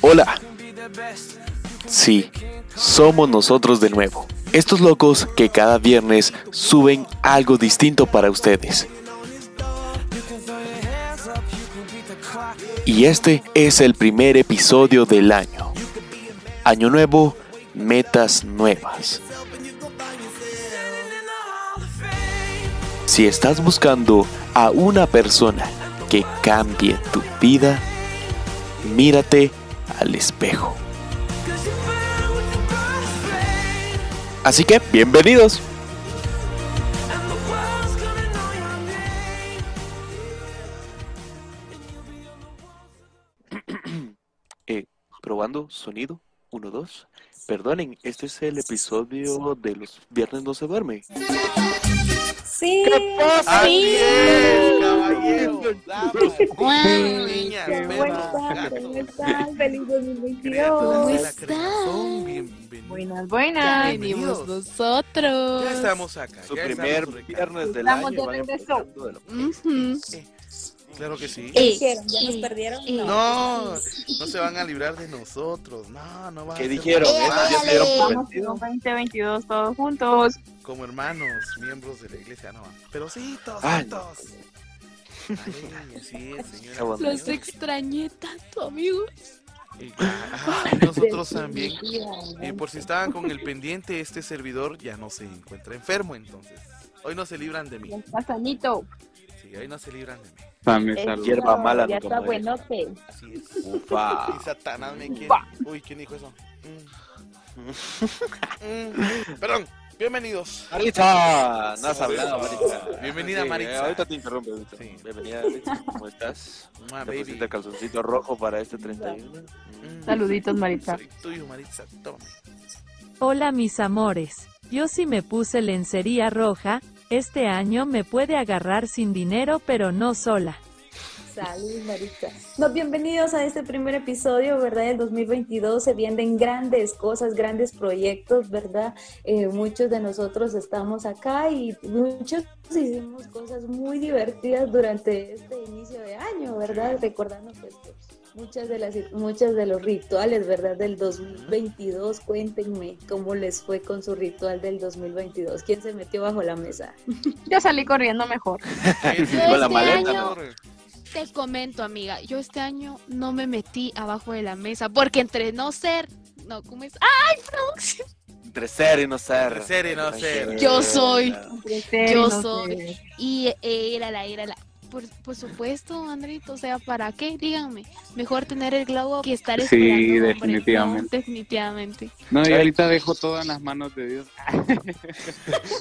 Hola. Sí, somos nosotros de nuevo. Estos locos que cada viernes suben algo distinto para ustedes. Y este es el primer episodio del año. Año nuevo, metas nuevas. Si estás buscando a una persona que cambie tu vida, mírate al espejo. Así que, bienvenidos. Eh, probando sonido, 1, 2. Perdonen, este es el episodio de los viernes no se duerme. Sí. Así Sí. es, caballeros, damas, Guau, niñas, qué perros, ¿Cómo estás? gatos, ¿Cómo estás? Feliz criaturas 2022. de ¿Cómo la estás? creación, bienvenidos. Buenas, Ya buenas. venimos Bienvenidos. nosotros. Ya estamos acá. Su ya primer estamos acá. viernes del Estamos año. de vayan regreso. pensando de lo que es. Ujú. Claro que sí. ¿Qué Eh, hicieron? ¿Ya nos eh, perdieron? eh. No, no se van a librar de nosotros. No, no van a ¿Qué ser dijeron? como Eh, Estos ya se ándale. dieron por Vamos en vencido. un 2022 todos juntos. hermanos, Como hermanos, miembros de la iglesia, no. Pero sí, todos Ay. juntos. Ay, así es, señora. Qué bonito. Los extrañé tanto, amigos. Ah, y nosotros también. Y por si estaban con el pendiente, este servidor ya no se encuentra enfermo, entonces. Hoy no se libran de mí. Ya está sanito. Sí, hoy no se libran de mí. Dame Eso, salud. Hierba mala Ya no está tomaré. buenote. Así es. Ufa. Y Satanás me quiere. Va. Uy, ¿quién dijo eso? Mm. Mm. Perdón, bienvenidos. Maritza, no has hablado, Maritza. Bienvenida, Sí, Maritza. eh, ahorita te interrumpo. ahorita. Sí. Bienvenida, Maritza. ¿Cómo estás? Ma, Te baby. pusiste calzoncito rojo para este 31. Mm. Saluditos, Maritza. Soy tuyo, Maritza. Toma. Hola mis amores, yo sí me puse lencería roja, este año me puede agarrar sin dinero pero no sola. Salud, Marita. No, bienvenidos a este primer episodio, ¿verdad? Del 2022 se vienen grandes cosas, grandes proyectos, ¿verdad? Eh, muchos de nosotros estamos acá y muchos hicimos cosas muy divertidas durante este inicio de año, ¿verdad? Recordando pues, que muchas de las muchas de los rituales, ¿verdad? Del 2022. Cuéntenme cómo les fue con su ritual del 2022. ¿Quién se metió bajo la mesa? Yo salí corriendo mejor. Con la este maleta, año- Te comento, amiga, yo este año no me metí abajo de la mesa porque entre no ser, no, ¿cómo es? ¡Ay, producción! Entre ser y no ser. Entre ser y no ser. Yo soy. Yo No soy. sé. Y era la, era la. Por, por supuesto, Andrito, o sea, ¿para qué? Díganme, mejor tener el globo que estar Sí, esperando. hombre. definitivamente. No, definitivamente. No, y ahorita dejo todo en las manos de Dios.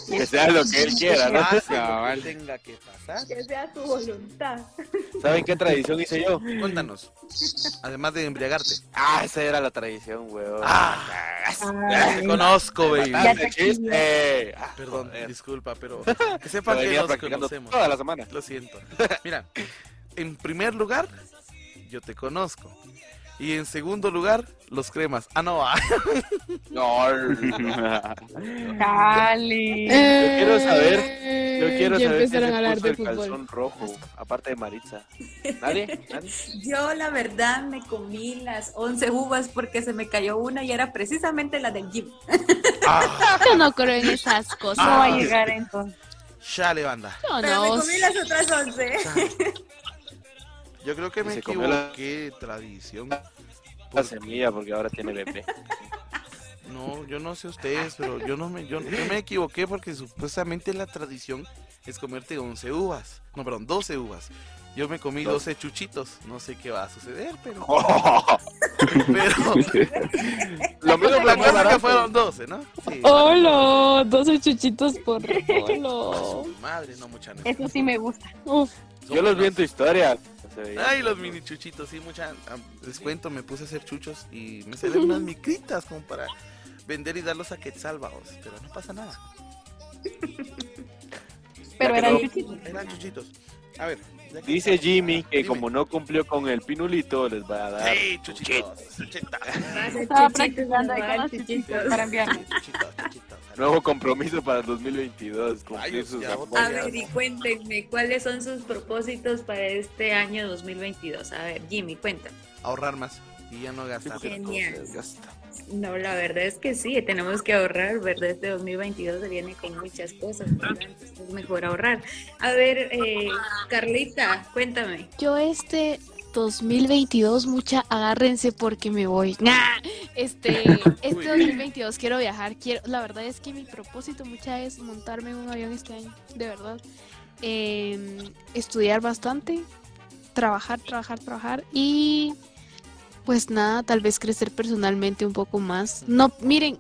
Que sea lo que él quiera, ¿no? Pase lo que Cabal. tenga que pasar. Que sea tu voluntad. ¿Saben qué tradición hice yo? Cuéntanos. Además de embriagarte. Ah, esa era la tradición, weón. Ah, te conozco, baby. Ah, de chiste. Ah, Perdón, joder. disculpa, pero que Lo sepan que venía nos practicando conocemos. toda la semana. Lo siento. Mira, en primer lugar, yo te conozco. Y en segundo lugar, los cremas. Ah, no, ah, No, Cali. quiero saber, yo Eh, quiero ya saber quién empezaron se a hablar puso de el fútbol. calzón rojo, aparte de Maritza. ¿Nadie? ¿Nadie? Yo la verdad me comí las 11 uvas porque se me cayó una y era precisamente la del gym. ah, Yo no creo en Ah. esas cosas. No va a llegar entonces. chale, banda. Yo Pero me no. comí las otras 11. Yo creo que me Se comió la- equivoqué, tradición. La Porque- semilla, porque ahora tiene bebé. no, yo no sé ustedes, pero yo no me, yo, yo me equivoqué porque supuestamente la tradición es comerte 11 uvas. No, perdón, 12 uvas. Yo me comí Dos. 12 chuchitos. No sé qué va a suceder, pero. lo pero mismo la pero más cosa es que barato. fueron 12, ¿no? Sí. Oh, Hola, 12 chuchitos por polo. Su madre, no mucha neta. Eso sí me gusta. Uf, Yo los vi en tu historia. Ay, los mini chuchitos, sí, mucha. ah, Les cuento, me puse a hacer chuchos y me salen unas micritas como para vender y darlos a Quetzal, vaos, Pero no pasa nada. Pero Ya eran quedó. chuchitos. Eran chuchitos. A ver. ya que- Dice Jimmy que Dime. como no cumplió con el pinulito, les va a dar. Sí, chuchitos. chuchitas, Estaba practicando ahí con los chuchitos para enviar. sí, chuchitos, chuchitos. Nuevo compromiso para el 2022. Cumplir Rayos, sus ya amores. otra A ver, y cuéntenme, ¿cuáles son sus propósitos para este año 2022? A ver, Jimmy, cuéntame. Ahorrar más y ya no gastar. porque Genial. Todo se desgasta. No, la verdad es que sí, tenemos que ahorrar, ¿verdad? Este 2022 se viene con muchas cosas, ¿verdad? Entonces es mejor ahorrar. A ver, eh, Carlita, cuéntame. Yo este 2022, mucha, agárrense porque me voy. ¡Nah! Este, este 2022 quiero viajar. Quiero, la verdad es que mi propósito, mucha, es montarme en un avión este año, de verdad. Em, estudiar bastante, trabajar, trabajar, trabajar y pues nada, tal vez crecer personalmente un poco más. No, miren,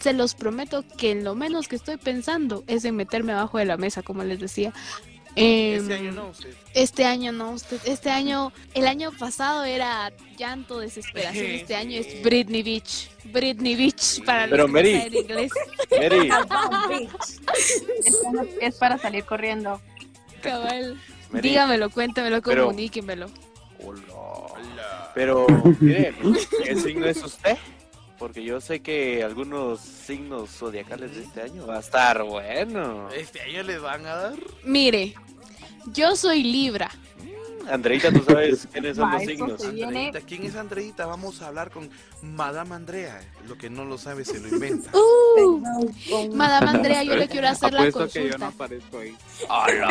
se los prometo que en lo menos que estoy pensando es en meterme abajo de la mesa, como les decía. Em, Este año no, usted. este año no, usted, este año, el año pasado era llanto, desesperación, este año es Britney Beach, Britney Beach para los Pero que no Mary. saben inglés. Mary, Ah, Es para- Es para salir corriendo. Cabal. Mary, Dígamelo, cuéntamelo, Pero- comuníquemelo. Hola. Pero, mire, ¿qué signo es usted? Porque yo sé que algunos signos zodiacales de este año va a estar bueno. Este año les van a dar. Mire, yo soy Libra. Andreita, ¿tú sabes quiénes son Va, los eso signos? sí. Viene- Andreita, ¿quién es Andreita? Vamos a hablar con Madame Andrea. Lo que no lo sabe se lo inventa. Uh, Madame Andrea, yo le quiero hacer la Apuesto que yo consulta. no aparezco ahí.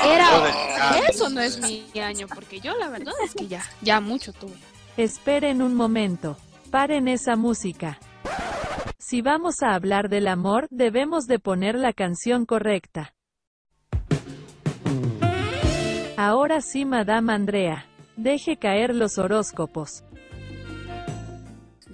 Era, eso no es mi año, porque yo la verdad es que ya, ya mucho tuve. Esperen un momento. Paren esa música. Si vamos a hablar del amor, debemos de poner la canción correcta. Ahora sí, Madame Andrea. Deje caer los horóscopos.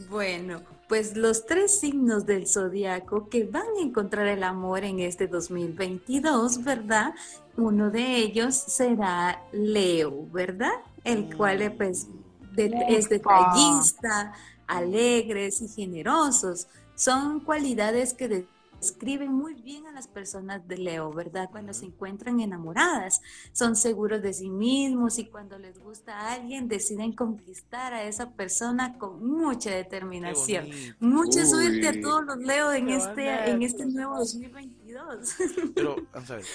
Bueno, pues los tres signos del zodiaco que van a encontrar el amor en este 2022, ¿verdad? Uno de ellos será Leo, ¿verdad? Mm. El cual eh, pues de- es detallista, alegres y generosos. Son cualidades que de- describen muy bien a las personas de Leo, ¿verdad? Cuando se encuentran enamoradas, son seguros de sí mismos y cuando les gusta a alguien deciden conquistar a esa persona con mucha Qué determinación. bonito. Mucha Uy. suerte a todos los Leo en Qué este, en este nuevo 2022. Pero, vamos a ver.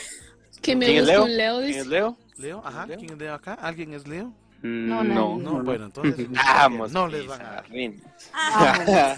Que me ¿Quién es gusta Leo? un Leo, ¿Quién dice. es Leo? ¿Leo? Ajá. ¿Leo? ¿Quién es Leo acá? ¿Alguien es Leo? No, no, No, bueno, entonces. Ah, Vamos. No les van a dar. Pizarrín. Ah,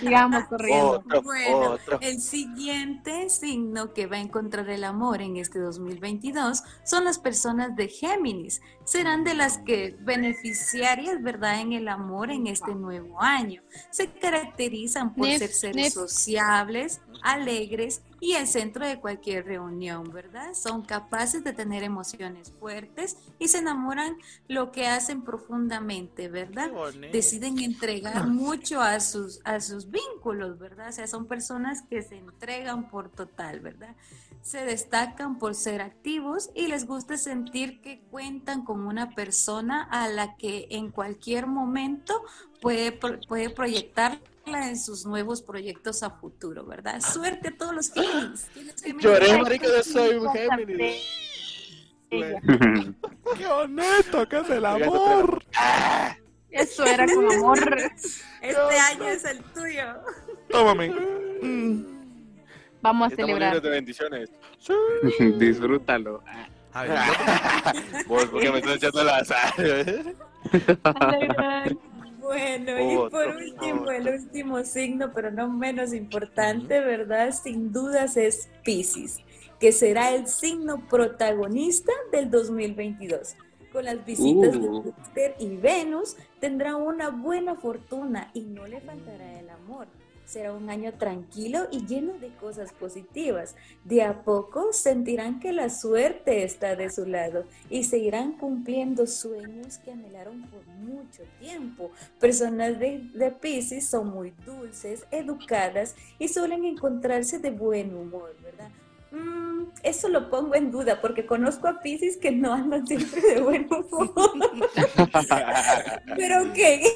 Sigamos corriendo. Otro, Bueno, otro. El siguiente signo que va a encontrar el amor en este 2022 son las personas de Géminis. Serán de las que beneficiarias, ¿verdad?, en el amor en este nuevo año. Se caracterizan por Nef, ser seres nef. sociables, alegres y el centro de cualquier reunión, ¿verdad? Son capaces de tener emociones fuertes y se enamoran lo que hacen profundamente, ¿verdad? Qué bonito. deciden entregar mucho a sus, a sus vínculos, ¿verdad? O sea, son personas que se entregan por total, ¿verdad? Se destacan por ser activos y les gusta sentir que cuentan con una persona a la que en cualquier momento puede, pro- puede proyectarla en sus nuevos proyectos a futuro, ¿verdad? Suerte a todos los Géminis. ¿Quién es Géminis? Lloré, marica, yo soy un Bastante. Géminis. Ella. ¡Qué honesto! ¡Qué es el amor! amor! Ah, Eso era con amor. Este año es el tuyo. Tómame. Vamos a Estamos libres celebrar. de bendiciones. Disfrútalo. A ver, yo- Vos, porque me estás echando la sal. Bueno, y Otro, por último, otro. el último signo, pero no menos importante, ¿verdad? Sin dudas es Piscis, que será el signo protagonista del 2022. Con las visitas Uh. de Júpiter y Venus, tendrá una buena fortuna y no le faltará el amor. Será un año tranquilo y lleno de cosas positivas. De a poco sentirán que la suerte está de su lado y seguirán cumpliendo sueños que anhelaron por mucho tiempo. Personas de, de Pisces son muy dulces, educadas y suelen encontrarse de buen humor, ¿verdad? Mm, eso lo pongo en duda porque conozco a Pisces que no andan siempre de buen humor. Pero que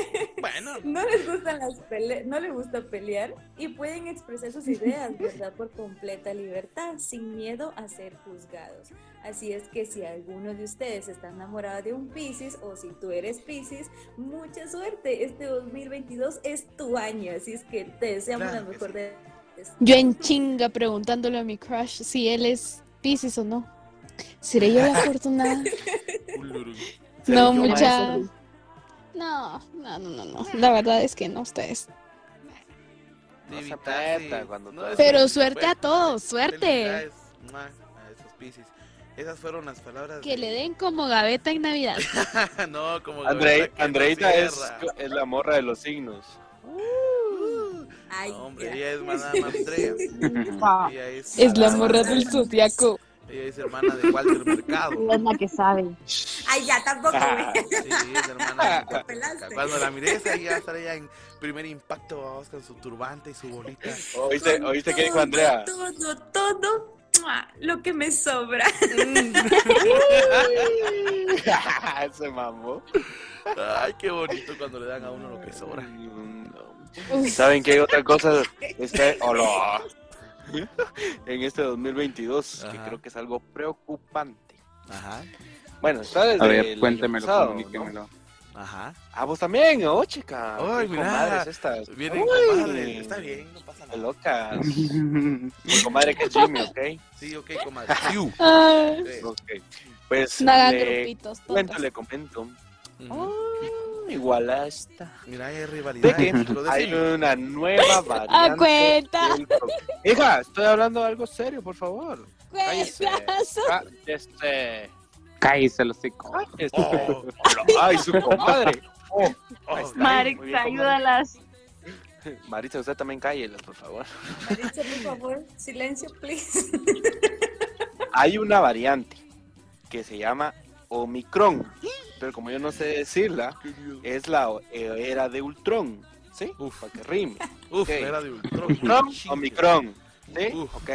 bueno, no les gustan las pele- no les gusta pelear y pueden expresar sus ideas, ¿verdad? Por completa libertad, sin miedo a ser juzgados. Así es que si alguno de ustedes está enamorado de un Piscis o si tú eres Piscis, mucha suerte. Este 2022 es tu año, así es que te deseamos Claro la que mejor sí. de Yo en chinga preguntándole a mi crush si él es Pisces o no. ¿Seré yo la afortunada? no, mucha. No, no, no, no, no. La verdad es que no, ustedes. No se aprieta cuando No, todo- es- Pero suerte a Bueno, pues, todos, suerte. Felicidades, mua, a esos Piscis. Esas fueron las palabras. Que de- le den como gaveta en Navidad. no, como que Andrei- ahorita que no Andreita es, cierra. es la morra de los signos. Ay, No, hombre, ella es madame Andrea. Pa, Ella es, Es la madame- morra del zodiaco. Ella es hermana de Walter Mercado. ella es la que sabe. ay, ya tampoco. güey. Sí, es hermana de Walter Pelaste. Cuando la mires, ahí va a estar ella en primer impacto, vamos, con su turbante y su bolita. ¿Oíste, Con ¿oíste qué dijo todo, Andrea? Todo, todo, ¡mua! lo que me sobra. Se mamó. Ay, qué bonito cuando le dan a uno lo que sobra. Mm, no. Uy, ¿Saben qué otra cosa? Está... ¡Hola! en este 2022, que Ajá. creo que es algo preocupante. Ajá, Bueno, está desde A el ver, año cuéntemelo, pasado, ¿no? comuníquemelo. ajá. Ah, vos también, oh, chica. Ay, Qué mira. comadres estas. Vienen Uy. comadres, está bien, no pasa Qué nada. Locas. Mi comadre que es Jimmy, ¿ok? Sí, ok, comadre. Siu. ah, Sí. Ok. Pues, No hagan le grupitos. tontas. comento, le comento. Ujú. Ay, Igual a esta. Mira, hay de rivalidad. que dentro de hay ese- una nueva variante. cuenta. del pro- Hija, estoy hablando de algo serio, por favor. Cállese. Cuentas. Ah, este. Cállese los hocico. este- Oh, Ay, su compadre. Oh, oh, ahí está, Marix, muy bien, comadre. ayúdalas. Maritza, usted también cállelo, por favor. Maritza, por favor, silencio, please. Hay una variante que se llama Omicron. Pero como yo no sé decirla, qué miedo. es la o- eh, era de Ultron. ¿Sí? Uf. Para que rime. Uf, ok. era de Ultron. Omicron, Chingue. Omicron. ¿Sí? Uf. Ok.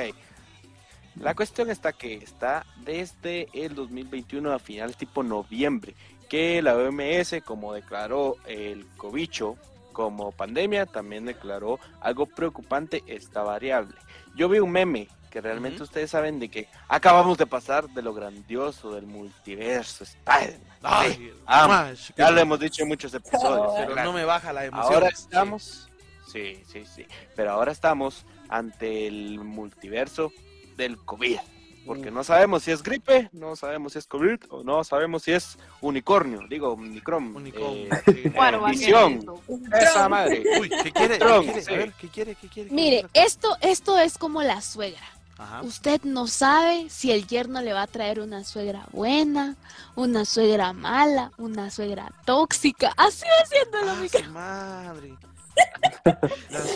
La cuestión está que está desde el 2021 a final tipo noviembre, que la OMS, como declaró el cobicho como pandemia, también declaró algo preocupante esta variable. Yo vi un meme que realmente Ujú. ustedes saben de que acabamos de pasar de lo grandioso del multiverso Spider-Man. Sí, Ay, Ah, más, ya lo hemos dicho en muchos episodios. Pero ¿verdad? no me baja la emoción. Ahora Sí. estamos, sí, sí, sí, pero ahora estamos ante el multiverso del COVID, porque no sabemos si es gripe, no sabemos si es COVID, o no sabemos si es unicornio, digo, unicrom, Unicom, eh, sí. Guarua, ¿qué es visión. eso? esa madre. Uy, ¿qué quiere? Tron, ¿Qué quiere? sí. A ver, ¿qué quiere? ¿Qué quiere? Mire, esto, esto es como la suegra. Ajá. Usted no sabe si el yerno le va a traer una suegra buena, una suegra mala, una suegra tóxica. Así va haciendo lo Ah, mismo. su madre.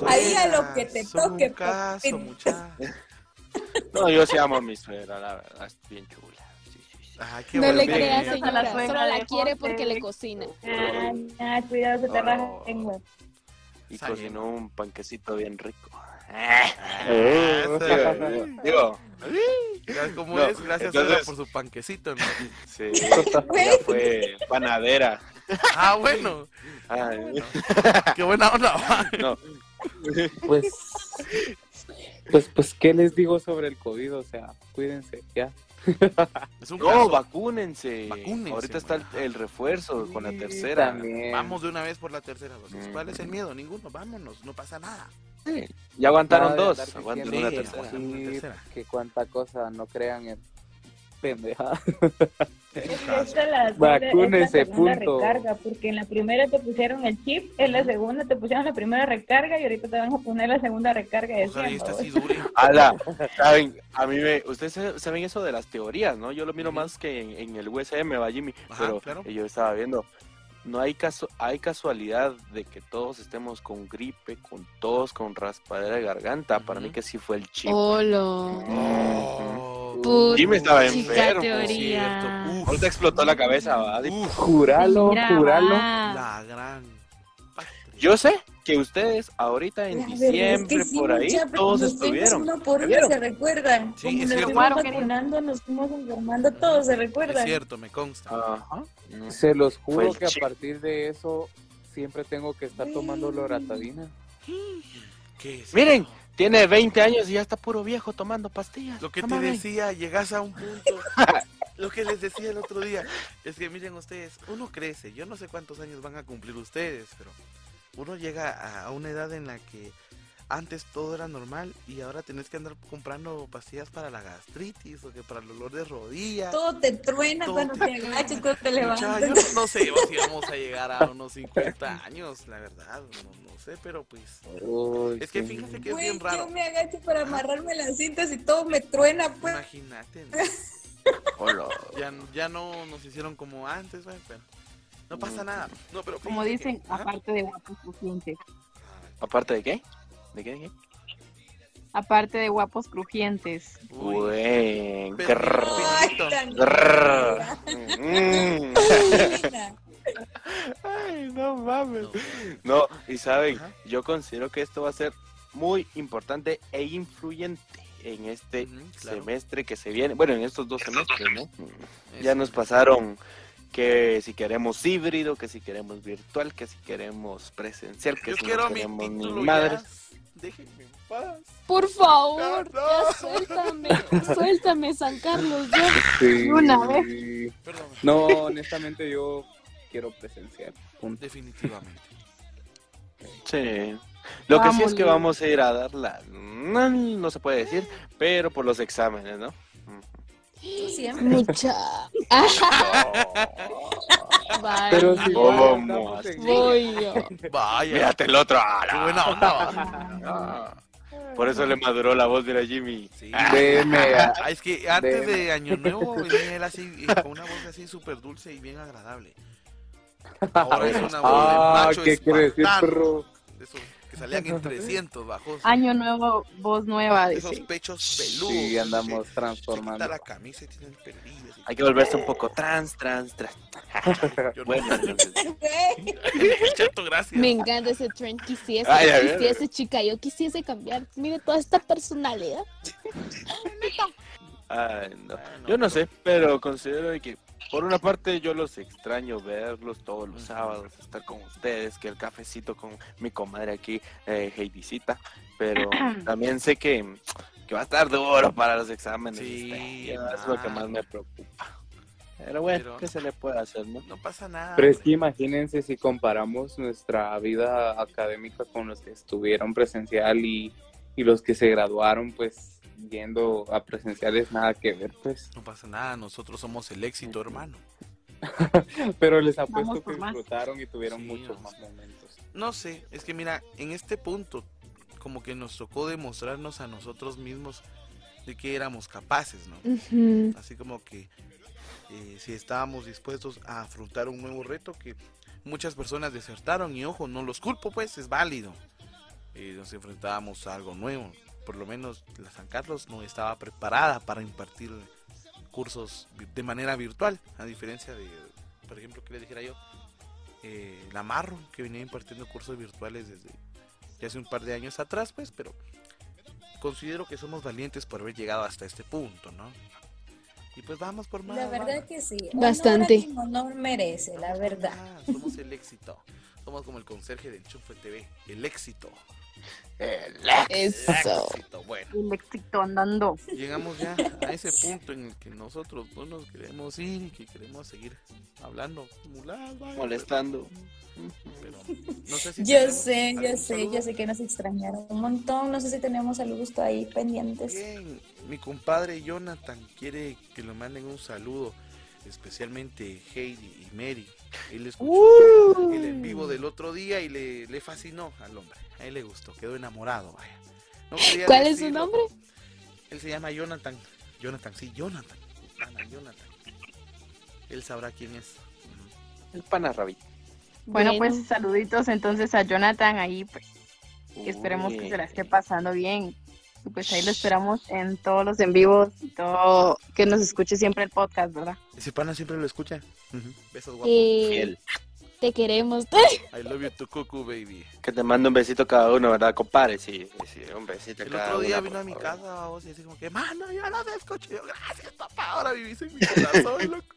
Ahí a lo que te toque, Un caso, papito. muchacha. No, yo sí amo a mi suegra, la verdad, es bien chula. sí, sí, sí. Ay, Ah, qué No le bueno. Mire, crea, mire. señora. A la suegra Solo la de quiere José. porque le cocina. Ay, ay, cuidado, se te No, raja no. la Oh. lengua. Y Sale. cocinó un panquecito bien rico. Ah. Eso, Digo, digo, Ya, ¿Cómo No, es? Gracias entonces- suegra, por su panquecito. ¿no? sí, ya fue panadera. Ah, bueno. Ay, Qué buena onda. no. Pues, pues, pues, ¿qué les digo sobre el COVID? O sea, cuídense, ya. Es un No, caso. vacúnense. Vacúnense, Ahorita está el, güey. el refuerzo con la Sí, tercera. También. Vamos de una vez por la tercera dosis. Mm. ¿Cuál es el miedo? Ninguno. Vámonos. No pasa nada. Ya aguantaron Nada de dos. andar Aguantan diciendo una sí, tercera. aguantan. sí, Una tercera. Que cuánta cosa, no crean en pendejada. Esta la- Vacúnense, es la segunda punto. recarga, porque en la primera te pusieron el chip, en la segunda te pusieron la primera recarga y ahorita te van a poner la segunda recarga. de Ojalá y siempre, esta güey. sí dure. Ala, saben, a mí me. Ustedes se- saben eso de las teorías, ¿no? Yo lo miro más que en, en el USM, va Jimmy. Ajá, pero claro. yo estaba viendo. No hay caso, hay casualidad de que todos estemos con gripe, con tos, con raspadera de garganta. Para Ujú. mí que sí fue el chip. Olo. Oh, Puta, Jimmy estaba chica enfermo. teoría. Cierto. Uf, Ahorita explotó la cabeza, ¿va? uf, Juralo, Mira, juralo. va. la gran. patria. Yo sé que ustedes ahorita La en verdad es que diciembre sí, por ahí mucha, pero todos nos fuimos estuvieron. Uno por uno ¿Vieron? se recuerdan. Sí, Como es nos cierto. fuimos Claro que no. vacunando, nos fuimos enfermando, todos se Es recuerdan. cierto, me consta. Ajá. Se los Fue juro Pues el que a chip. partir de eso siempre tengo que estar tomando loratadina. ¿Qué es Miren, eso? Tiene 20 años y ya está puro viejo tomando pastillas. Lo que No te mames. decía, llegas a un punto. Lo que les decía el otro día es que miren ustedes, uno crece, yo no sé cuántos años van a cumplir ustedes, pero uno llega a- a una edad en la que Antes todo era normal y ahora tenés que andar comprando pastillas para la gastritis o que para el olor de rodillas. Todo te truena Todo cuando te te agachas, cuando te Mucha, levantas. yo no sé si vamos a llegar a unos 50 años, la verdad, no, no sé, pero pues... Uy, Es que sí. fíjate que es Güey, bien yo raro. me agacho para amarrarme las cintas y todo me truena, pues. Imagínate, ¿no? Hola. ya, ya no nos hicieron como antes, güey, pero no pasa nada. No, pero pues, Como fíjate dicen, que- ¿ah? ajá. aparte de guapos crujientes. ¿Aparte de qué? ¿De qué? de qué? Aparte de guapos crujientes. Uy, Buen. pero- grrr, Ay, Perfecto. tan grrr. Mm. divina. Ay, no mames. no, No, y saben, Ajá. yo considero que esto va a ser muy importante e influyente en este ujú, Mm, claro. semestre que se viene. Bueno, en estos dos semestres, ¿no? Ya Eso. nos pasaron que si queremos híbrido, que si queremos virtual, que si queremos presencial, que Yo si no quiero mi queremos ni título madres. ya. Déjenme en paz. Por favor, No, no. ya suéltame, suéltame, San Carlos, ya. Sí. Una Perdón. No, honestamente yo quiero presenciar. Punto. Definitivamente. Sí. Lo que sí es que Vámonos. vamos a ir a dar la... No, no se puede decir, pero por los exámenes, ¿no? siempre. Mucha. Vaya, Pero si Vamos ya andamos así. en- voy yo. Vaya. Mírate el otro. ah, Qué buena onda. Por eso le maduró la voz, mira Jimmy. Sí. Deme a- Ah, es que antes De- de Año Nuevo venía él así, eh, con una voz así súper dulce y bien agradable. Ahora es una voz de Ah, macho ¿qué quiere decir, espartano, perro? de esos que salían en 300 bajos. Año nuevo, voz nueva, de esos dice. pechos peludos. Sí, andamos Se quita transformando. la camisa y tiene el pelillo. así. Hay que volverse un poco trans, trans, trans. Yo no- Bueno, entonces, Güey, Chato, gracias. Me encanta ese tren, quisiese, Ay, a ver, a quisiese, chica, yo quisiese cambiar. Mire toda esta personalidad. ay, no. Ah, Yo no sé, pero considero de que por una parte yo los extraño verlos todos los sábados, estar con ustedes, que el cafecito con mi comadre aquí, eh, Heidicita, pero también sé que, que va a estar duro para los exámenes. Sí, este, y es lo que más mano. me preocupa. Pero bueno, Pero- ¿qué se le puede hacer, no? No pasa nada. Pero es hombre. que imagínense si comparamos nuestra vida académica con los que estuvieron presencial y, y los que se graduaron, pues yendo a presenciales, nada que ver, pues. No pasa nada, nosotros somos el éxito, hermano. Pero les apuesto Vamos por que más. disfrutaron y tuvieron Sí, muchos vamos. más momentos. No sé, es que mira, en este punto, como que nos tocó demostrarnos a nosotros mismos de que éramos capaces, ¿no? Así como que eh, si estábamos dispuestos a afrontar un nuevo reto que muchas personas desertaron y ojo, no los culpo, pues es válido. Eh, nos enfrentábamos a algo nuevo. Por lo menos la San Carlos no estaba preparada para impartir cursos vi- de manera virtual, a diferencia de, por ejemplo, que le dijera yo, eh, la Marro, que venía impartiendo cursos virtuales desde ya hace un par de años atrás, pues, pero considero que somos valientes por haber llegado hasta este punto, ¿no? Y pues vamos por más. La verdad vamos. que sí. Honor, Bastante. a quien honor merece, la Vamos por verdad. más, Somos el éxito. Somos como el conserje del Chufe TV. El éxito. Eso. Éxito. Bueno, El éxito andando. llegamos ya a ese punto en el que nosotros no nos queremos ir y que queremos seguir hablando. acumulado, vaya, Molestando. Pero, pero no sé si Yo tenemos sé, yo algún sé, saludo. yo sé que nos extrañaron un montón. No sé si tenemos al gusto ahí Pues, pendientes. Bien, mi compadre Jonathan quiere que le manden un saludo, especialmente Heidi y Mary. Él escuchó el en vivo del otro día y le, le fascinó al hombre. A él le gustó, quedó enamorado. vaya. No quería ¿Cuál es su decirlo. nombre? Él se llama Jonathan. Jonathan, sí, Jonathan. Ana, Jonathan. Él sabrá quién es. El panarrabito. Bueno, pues saluditos entonces a Jonathan ahí, pues, que esperemos que Uy. se la esté pasando bien. Y pues ahí lo esperamos en todos los en vivos y todo, que nos escuche siempre el podcast, ¿verdad? Ese pana siempre lo escucha. Ujú. Besos guapos. Eh, Fiel. te queremos. I love you to cuckoo, baby. Que te mando un besito cada uno, ¿verdad, compadre? Sí, sí, un besito El cada otro día uno, vino por a mi favor. casa vamos, y así como que, mano, yo no te escucho. Yo, gracias, papá, ahora vivís en mi corazón, loco.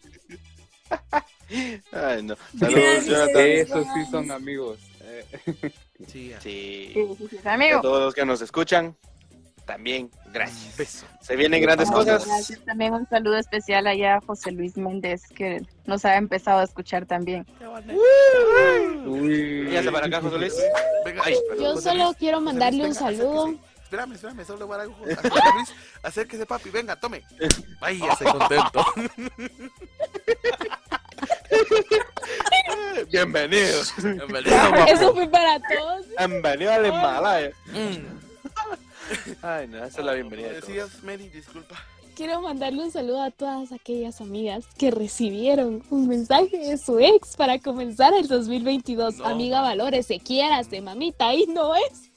Ay, no. Gracias, Saludos, Jonathan. Jonathan. Esos sí son amigos. Eh, Sí, Sí. Sí, sí, sí, amigo. A todos los que nos escuchan, también. Gracias. Beso. Se pues, vienen grandes cosas. Gracias. También un saludo especial allá a José Luis Méndez, que nos ha empezado a escuchar también. Uh. Uy. Véngase para acá, José Luis. Venga, Ay, perdón. Yo solo quiero mandarle un venga, saludo. acérquese. Espérame, espérame, solo le voy a dar algo. Acérquese, Luis, acérquese, papi, venga, tome. Ay, ya estoy contento. Bienvenidos. Bienvenido, guapo. Eso fue para todos. Bienvenido al Himalaya. Mm. Ay, no, esa es la bienvenida. de Como todos. Decías, Mary, disculpa. Quiero mandarle un saludo a todas aquellas amigas que recibieron un mensaje de su ex para comenzar el 2022. No. Amiga, valórese, quiérase, mamita, ahí no es.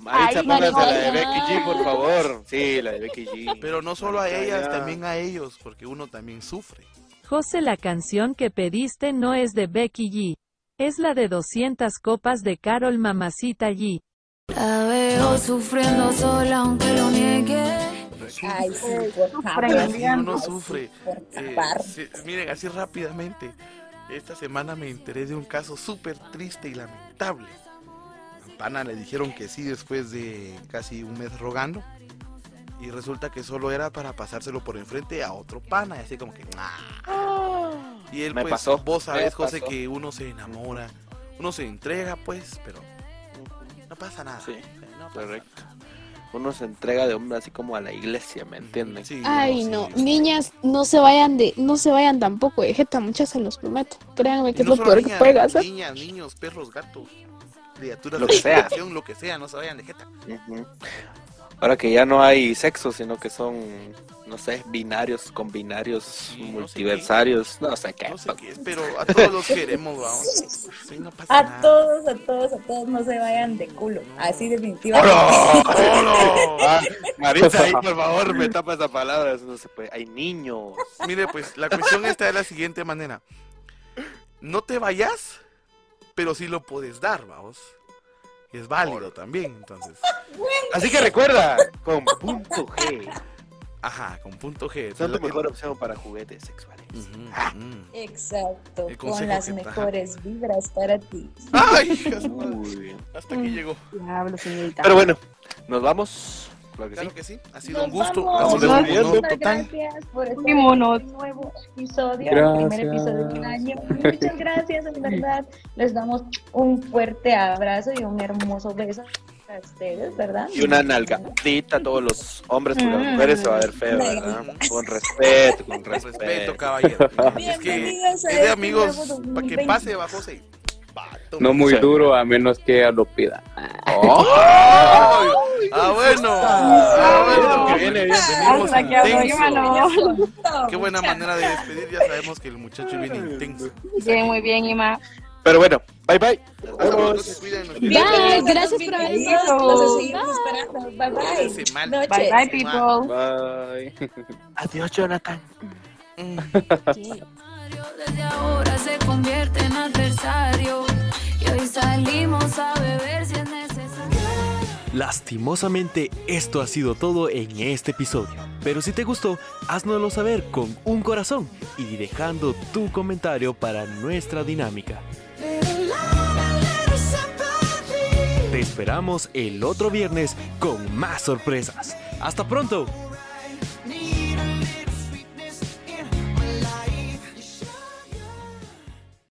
Maritza, Ay, póngase la Maritza. de Becky G, por favor. Sí, la de Becky G. Pero no solo a Ay, ellas, ya. también a ellos, porque uno también sufre. José, la canción que pediste no es de Becky G. Es la de 200 copas de Carol Mamacita G. La veo sufriendo sola aunque lo niegue. Ay, sí, por favor. Así uno sufre. Por Eh, favor. sí, miren, así rápidamente. Esta semana me enteré de un caso súper triste y lamentable. A Pana le dijeron que sí después de casi un mes rogando. Y resulta que solo era para pasárselo por enfrente a otro pana. Y así como que. "Ah". Y él, Me pues, pasó, vos sabés, me José, pasó. que uno se enamora, uno se entrega, pues, pero no pasa nada. Sí, no pasa correcto. nada. Uno se entrega de hombre así como a la iglesia, ¿me entienden? Sí, Ay, no, sí. niñas, no se vayan de, no se vayan tampoco de jeta, muchas se los prometo. Créanme que Y es no lo solo peor que niñas, puede pasar. Niñas, niños, perros, gatos, criaturas, Lo de que sea. imaginación, lo que sea, no se vayan de jeta. Ujú. Ahora que ya no hay sexo, sino que son, no sé, binarios con binarios Sí, no sé multiversarios, no sé qué. No sé qué es, pero a todos los queremos, vamos. Sí, no pasa A nada. todos, a todos, a todos, no se vayan de culo. Así definitivamente. ¡Hola! ¡Hola! Ah, Maritza, ahí, por favor, me tapa esa palabra. Eso no se puede. Hay niños. Mire, pues la cuestión está de la siguiente manera. No te vayas, pero sí lo puedes dar, vamos. Es válido también, entonces. Así que recuerda, con punto G, Ajá, con punto G. son lo tu que- mejor opción para juguetes sexuales. Ujú, ujú. Exacto, El consejo con las que- ajá. mejores vibras para ti. Ay, hija de su madre, Muy bien. hasta aquí llegó. Diablo, señorita. Pero bueno, nos vamos. Claro que sí. Claro que sí, ha sido Nos un gusto. vamos. Ha sido un Nos vamos. honor Muchas total. gracias por estar Muy en monos. este nuevo episodio, el Gracias. primer episodio del año. Muchas gracias, en verdad. Les damos un fuerte abrazo y un hermoso beso a ustedes, ¿verdad? Y una nalgadita a todos los hombres, porque a las Mm. mujeres se va a ver feo, ¿verdad? Con respeto, con Con respeto. respeto, caballero. Es que Bienvenidos a es de este amigos nuevo para que 2020. pase, va José. Va, toma. No muy Sí. duro, a menos que lo pida. ¡Ay! Ah, bueno. Ah, bueno. Que viene bien. Venimos Hasta que hablo yo, intenso. mano. Qué buena manera de despedir. Ya sabemos que el muchacho viene intenso. Bien, muy bien, Ima. Pero bueno, bye bye. Nos Hasta pronto, vemos. se cuidan. nos Bye, vemos. gracias por haber estado con nosotros. Seguimos esperando. Bye bye. Cuídense mal. Noches. Bye, bye, people. Bye. Adiós, Jonathan. Mm. Desde ahora se convierte en adversario. Y hoy salimos a beber si es necesario. Lastimosamente, esto ha sido todo en este episodio. Pero si te gustó, háznoslo saber con un corazón y dejando tu comentario para nuestra dinámica. Te esperamos el otro viernes con más sorpresas. ¡Hasta pronto!